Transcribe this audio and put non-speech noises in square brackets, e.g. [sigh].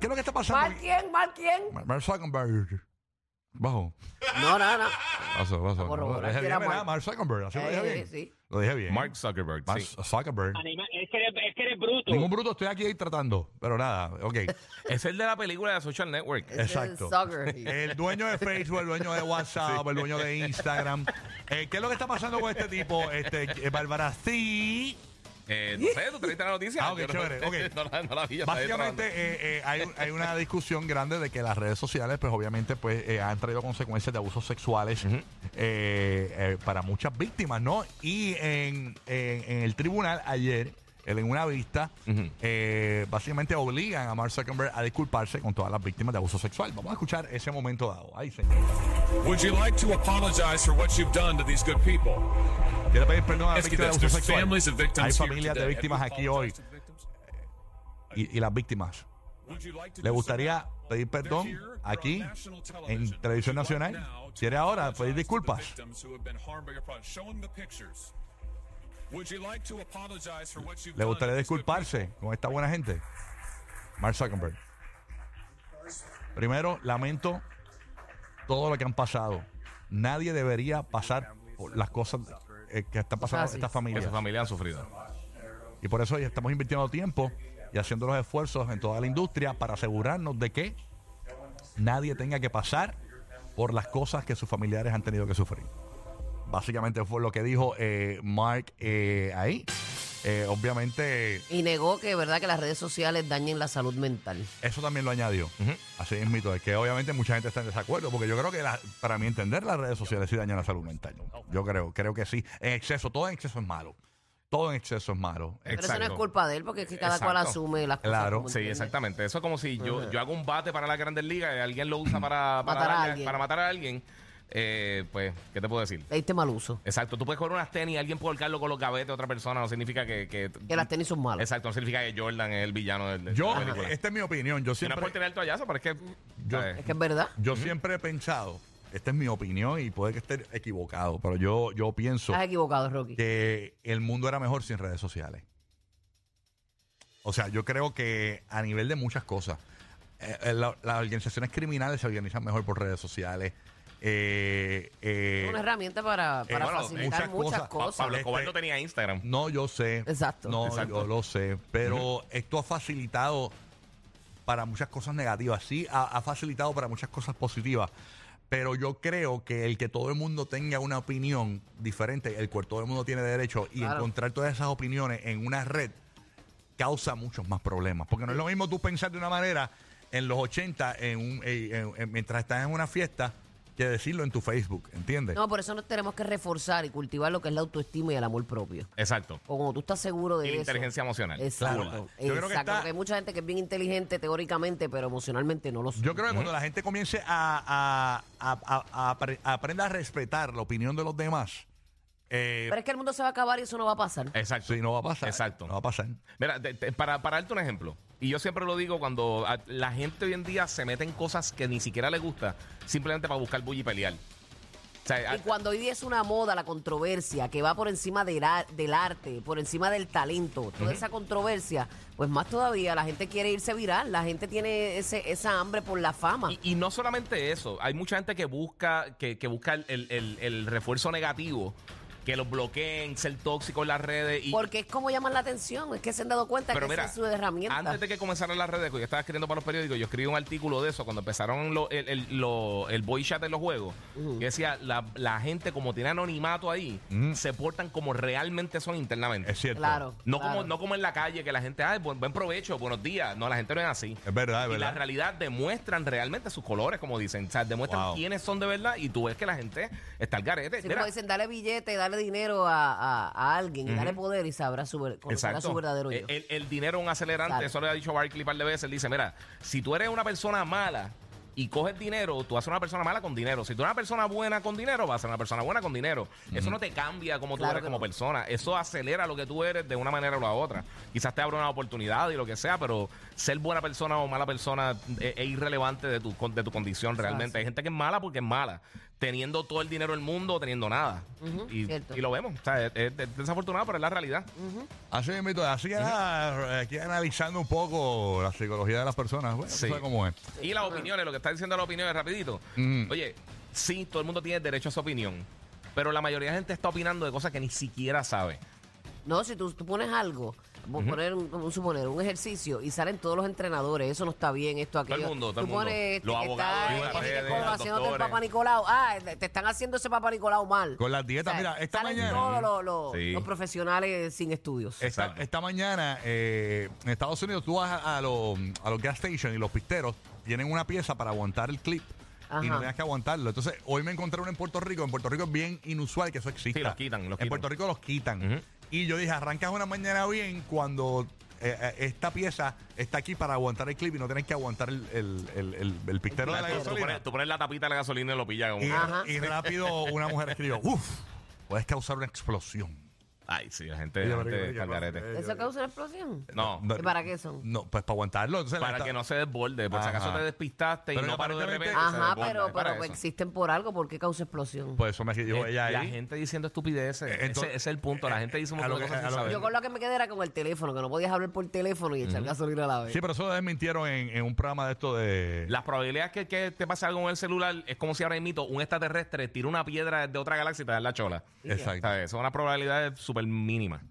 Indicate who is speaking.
Speaker 1: lo que está pasando?
Speaker 2: ¿Mal quién? ¿Mal quién?
Speaker 1: Mar- Mark Zuckerberg. Bajo.
Speaker 2: No, no, [laughs] no.
Speaker 1: Pasó, pasó.
Speaker 2: corroborar
Speaker 1: Lo dije
Speaker 2: que
Speaker 1: bien,
Speaker 2: era
Speaker 1: ¿verdad?
Speaker 2: Mark.
Speaker 1: Mark Zuckerberg. Así lo dije
Speaker 2: Eh,
Speaker 1: bien.
Speaker 2: sí.
Speaker 1: Lo dije bien.
Speaker 3: Mark Zuckerberg,
Speaker 1: Mark
Speaker 3: sí.
Speaker 1: Zuckerberg.
Speaker 4: Anima- es, que eres, es que eres bruto.
Speaker 1: Ningún bruto estoy aquí tratando, pero nada,
Speaker 2: [laughs]
Speaker 1: ok.
Speaker 3: Es el de la película de Social Network.
Speaker 2: Ese es
Speaker 1: Exacto. [laughs] Eh.
Speaker 2: Zucker.
Speaker 1: El dueño de Facebook, el dueño de WhatsApp, el dueño de Instagram. Eh, ¿Qué es lo que está pasando con este tipo? Este, eh, Bárbara sí.
Speaker 3: Eh, no sé, tú trajiste la noticia.
Speaker 1: Ah, ok,
Speaker 3: Yo no-
Speaker 1: chévere, ok.
Speaker 3: [laughs] no, la- no la vi, yo estaba ahí
Speaker 1: Básicamente eh, eh, hay, un- hay una [laughs] discusión grande de que las redes sociales, pues obviamente, pues eh, han traído consecuencias de abusos sexuales eh, eh, para muchas víctimas, ¿no? Y en, en- en el tribunal ayer, él en una vista,
Speaker 3: Ujú.
Speaker 1: eh, básicamente obligan a Mark Zuckerberg a disculparse con todas las víctimas de abuso sexual. Vamos a escuchar ese momento dado. Ahí se.
Speaker 5: Would you like to apologize for what you've done to these good people?
Speaker 1: Quiero pedir perdón a las
Speaker 5: Ask you
Speaker 1: víctimas de abuso
Speaker 5: this, there's
Speaker 1: sexual.
Speaker 5: families of victims
Speaker 1: Hay
Speaker 5: here
Speaker 1: familias de
Speaker 5: today.
Speaker 1: víctimas
Speaker 5: Have you
Speaker 1: aquí hoy
Speaker 5: apologized to the victims?
Speaker 1: y, y las víctimas.
Speaker 5: Would you like to
Speaker 1: Le
Speaker 5: do so
Speaker 1: gustaría
Speaker 5: now?
Speaker 1: pedir perdón
Speaker 5: They're here,
Speaker 1: aquí
Speaker 5: you're on national television.
Speaker 1: en televisión
Speaker 5: Would you like
Speaker 1: nacional.
Speaker 5: now to
Speaker 1: Quiere ahora
Speaker 5: apologize
Speaker 1: pedir
Speaker 5: to the
Speaker 1: disculpas.
Speaker 5: victims who have been harmed by your product? Show 'em the pictures. Would you like to apologize for what you've
Speaker 1: Le
Speaker 5: done
Speaker 1: gustaría
Speaker 5: to these good
Speaker 1: disculparse con esta buena gente. Mark Zuckerberg. Primero, lamento todo lo que han pasado. Nadie debería pasar por las cosas eh, que están pasando estas
Speaker 2: Así es.
Speaker 3: tratando.
Speaker 1: familias.
Speaker 3: Esas familias han sufrido.
Speaker 1: Y por eso hoy estamos invirtiendo tiempo y haciendo los esfuerzos en toda la industria para asegurarnos de que nadie tenga que pasar por las cosas que sus familiares han tenido que sufrir. Básicamente fue lo que dijo eh, Mark eh, ahí. Eh, obviamente,
Speaker 2: Y negó que, ¿verdad?, que las redes sociales dañen la salud mental.
Speaker 1: eso también lo añadió. Así es mito. Es que obviamente mucha gente está en desacuerdo, porque yo creo que la- para mí entender las redes sociales sí dañan la salud mental. Yo creo, creo que sí. En exceso, todo en exceso es malo. Todo en exceso es malo.
Speaker 2: Pero eso no es culpa de él, porque es que cada cual
Speaker 3: Exacto.
Speaker 2: asume las cosas.
Speaker 1: Claro.
Speaker 2: como
Speaker 3: Sí,
Speaker 2: entiende.
Speaker 3: exactamente. Eso es como si yo, yo hago un bate para la Grandes Ligas y alguien lo usa para, para,
Speaker 2: Matar a
Speaker 3: darle-
Speaker 2: alguien.
Speaker 3: para matar a alguien. Eh, pues, ¿qué te puedo decir?
Speaker 2: Le diste mal uso.
Speaker 3: Exacto, tú puedes coger unas tenis, alguien puede colgarlo con los gavetes a otra persona, no significa que... Que,
Speaker 1: Eh,
Speaker 2: Que las tenis son malas.
Speaker 3: Exacto, no significa que Jordan es el villano del, de
Speaker 1: Yo,
Speaker 3: la película.
Speaker 1: esta es mi opinión. Yo
Speaker 3: Y no es
Speaker 1: siempre.
Speaker 3: por tener el toallazo, pero es que...
Speaker 1: Yo-
Speaker 3: ¿sabes?
Speaker 2: Es que es verdad.
Speaker 1: Yo siempre he pensado, esta es mi opinión y puede que esté equivocado, pero yo, yo pienso
Speaker 2: Estás equivocado, Rocky.
Speaker 1: que el mundo era mejor sin redes sociales. O sea, yo creo que a nivel de muchas cosas, eh, eh, la- las organizaciones criminales se organizan mejor por redes sociales. Eh, eh,
Speaker 2: Es una herramienta para, para
Speaker 3: bueno,
Speaker 2: facilitar
Speaker 1: muchas
Speaker 2: muchas
Speaker 1: cosas. Pa-
Speaker 2: cosas.
Speaker 3: Pablo
Speaker 1: Este-
Speaker 3: Escobar no tenía Instagram.
Speaker 1: no, yo sé.
Speaker 2: Exacto.
Speaker 1: No,
Speaker 3: Exacto.
Speaker 1: yo lo sé. Pero esto ha facilitado para muchas cosas negativas. Sí, ha, ha facilitado para muchas cosas positivas. Pero yo creo que el que todo el mundo tenga una opinión diferente, el cual todo el mundo tiene derecho, y
Speaker 2: Claro.
Speaker 1: encontrar todas esas opiniones en una red causa muchos más problemas. Porque no es lo mismo tú pensar de una manera en los 80, en un- en- en- en- mientras estás en una fiesta, que decirlo en tu Facebook, ¿entiendes?
Speaker 2: No, por eso nos tenemos que reforzar y cultivar lo que es la autoestima y el amor propio.
Speaker 3: Exacto.
Speaker 2: O como tú estás seguro de
Speaker 3: Y la
Speaker 2: eso.
Speaker 3: inteligencia emocional.
Speaker 2: Exacto.
Speaker 1: Claro. Yo creo que
Speaker 2: Exacto.
Speaker 1: está-
Speaker 2: Porque hay mucha gente que es bien inteligente teóricamente, pero emocionalmente no lo son.
Speaker 1: Yo creo que cuando la gente comience a, a, a- a- a apre- a aprender a respetar la opinión de los demás, eh,
Speaker 2: Pero es que el mundo se va a acabar y eso no va a pasar.
Speaker 3: Exacto.
Speaker 1: sí, no va a pasar.
Speaker 3: Exacto.
Speaker 1: No va a pasar.
Speaker 3: Mira, te- te- para, para darte un ejemplo, y yo siempre lo digo cuando a- la gente hoy en día se mete en cosas que ni siquiera le gusta, simplemente para buscar bulla y pelear. O sea,
Speaker 2: Y
Speaker 3: a-
Speaker 2: cuando hoy día es una moda la controversia que va por encima del, ar- del arte, por encima del talento, toda esa controversia, pues más todavía la gente quiere irse viral, la gente tiene ese, esa hambre por la fama.
Speaker 3: y, y no solamente eso, hay mucha gente que busca, que, que busca el, el- el- el refuerzo negativo, que los bloqueen, ser tóxico en las redes. Y,
Speaker 2: porque es como llaman la atención, es que se han dado cuenta
Speaker 3: pero
Speaker 2: que
Speaker 3: mira,
Speaker 2: esa es su herramienta.
Speaker 3: antes de que comenzaran las redes, que yo estaba escribiendo para los periódicos, yo escribí un artículo de eso cuando empezaron lo- el, el, lo- el boy chat de los juegos, que decía, la, la gente como tiene anonimato ahí, se portan como realmente son internamente.
Speaker 1: Es cierto.
Speaker 2: Claro.
Speaker 3: No,
Speaker 2: claro.
Speaker 3: como, no como en la calle, que la gente, ay, buen, buen provecho, buenos días. No, la gente no es así.
Speaker 1: Es verdad, es
Speaker 3: Y la
Speaker 1: verdad.
Speaker 3: realidad demuestran realmente sus colores, como dicen. O sea, demuestran
Speaker 1: Wow.
Speaker 3: quiénes son de verdad y tú ves que la gente está al garete.
Speaker 2: Sí,
Speaker 3: Mira,
Speaker 2: como dicen, dale billete, dale dinero a, a- a alguien, y dale poder y sabrá su, ver- conocerá su verdadero yo.
Speaker 3: El, E el- el dinero es un acelerante,
Speaker 2: Claro.
Speaker 3: eso lo ha dicho Barkley un par de veces. Él dice, mira, si tú eres una persona mala y coges dinero, tú vas a ser una persona mala con dinero. Si tú eres una persona buena con dinero, vas a ser una persona buena con dinero. Eso no te cambia como tú
Speaker 2: Claro
Speaker 3: eres
Speaker 2: que
Speaker 3: como
Speaker 2: no.
Speaker 3: persona. Eso acelera lo que tú eres de una manera o la otra. Quizás te abra una oportunidad y lo que sea, pero ser buena e, persona o mala persona es, es irrelevante de tu, con- de tu condición realmente. Hay gente que es mala porque es mala. teniendo todo el dinero del mundo o teniendo nada.
Speaker 2: cierto.
Speaker 3: y, y lo vemos. O sea, es, es- es desafortunado, pero es la realidad.
Speaker 1: Así mismo, así era, eh, aquí analizando un poco la psicología de las personas. Bueno, tú
Speaker 3: Sí.
Speaker 1: sabes cómo es.
Speaker 3: Y las opiniones, lo que está diciendo las opiniones rapidito.
Speaker 1: Mm.
Speaker 3: Oye, sí, todo el mundo tiene derecho a su opinión, pero la mayoría de gente está opinando de cosas que ni siquiera sabe.
Speaker 2: No, si tú, tú pones algo, vamos a poner un, vamos a suponer un ejercicio y salen todos los entrenadores, eso no está bien, esto aquí.
Speaker 3: el mundo, todo el mundo.
Speaker 2: los
Speaker 3: Los abogados,
Speaker 2: abogados,
Speaker 3: las redes, los
Speaker 2: haciéndote el
Speaker 3: doctores.
Speaker 2: Papa Nicolau. Ah, te- te están haciendo ese Papa Nicolau mal.
Speaker 1: Con las dietas, mira, esta
Speaker 2: salen
Speaker 1: mañana-
Speaker 2: todos los, los-
Speaker 3: Sí.
Speaker 2: los profesionales sin estudios.
Speaker 1: Esta,
Speaker 3: Exacto.
Speaker 1: esta mañana eh, en Estados Unidos tú vas a, a los, a los gas stations y los pisteros tienen una pieza para aguantar el clip
Speaker 2: Ajá.
Speaker 1: y no tienes que aguantarlo. Entonces, hoy me encontré uno en Puerto Rico. En Puerto Rico es bien inusual que eso exista.
Speaker 3: Sí, los quitan, los
Speaker 1: En
Speaker 3: quitan.
Speaker 1: Puerto Rico los quitan.
Speaker 3: Ujú.
Speaker 1: Y yo dije, arrancas una mañana bien cuando eh, eh, esta pieza está aquí para aguantar el clip y no tienes que aguantar el, el, el- el- el pistero de la
Speaker 3: Tú- tú,
Speaker 1: gasolina.
Speaker 3: pones, tú pones la tapita de la gasolina y lo pillas. como-
Speaker 2: Ajá.
Speaker 1: Y, y rápido una mujer escribió, uff, puedes causar una explosión.
Speaker 3: Ay, sí, la gente,
Speaker 1: Y
Speaker 3: la
Speaker 1: yo,
Speaker 3: gente
Speaker 1: pero,
Speaker 3: está al
Speaker 1: pero,
Speaker 3: garete.
Speaker 1: pero,
Speaker 2: ¿Eso causa una explosión?
Speaker 3: No,
Speaker 1: No,
Speaker 2: ¿Y para qué son?
Speaker 1: No, pues para aguantarlo. Entonces, la
Speaker 3: para
Speaker 1: esta-
Speaker 3: que no se desborde, por si acaso
Speaker 1: Ajá.
Speaker 3: te despistaste
Speaker 1: Pero
Speaker 3: y no paró de
Speaker 1: aparentemente-
Speaker 3: repente. se
Speaker 2: Ajá,
Speaker 3: desborda,
Speaker 2: pero,
Speaker 3: es para
Speaker 2: pero
Speaker 3: eso.
Speaker 2: existen por algo, ¿por qué causa explosión?
Speaker 1: Pues eso me pues dijo
Speaker 3: Eh,
Speaker 1: ella
Speaker 3: La
Speaker 1: ahí.
Speaker 3: gente diciendo estupideces.
Speaker 1: Eh,
Speaker 3: Ese-
Speaker 1: entonces- eh,
Speaker 3: ese, es el punto. La gente dice un
Speaker 1: a
Speaker 3: montón
Speaker 1: lo
Speaker 3: de
Speaker 1: que-
Speaker 3: cosas
Speaker 1: a
Speaker 3: sin
Speaker 1: lo que-
Speaker 3: saber.
Speaker 2: Yo con lo que me quedé era con el teléfono, que no podías hablar por teléfono y echar gasolina a la vez.
Speaker 1: Sí, pero eso lo desmintieron en, en un programa de esto de.
Speaker 3: Las probabilidades que, que te pase algo en el celular es como si ahora mito un extraterrestre tira una piedra de otra galaxia y te da en la chola.
Speaker 1: Exacto.
Speaker 3: ¿Sabes? Son unas probabilidades súper mínimas.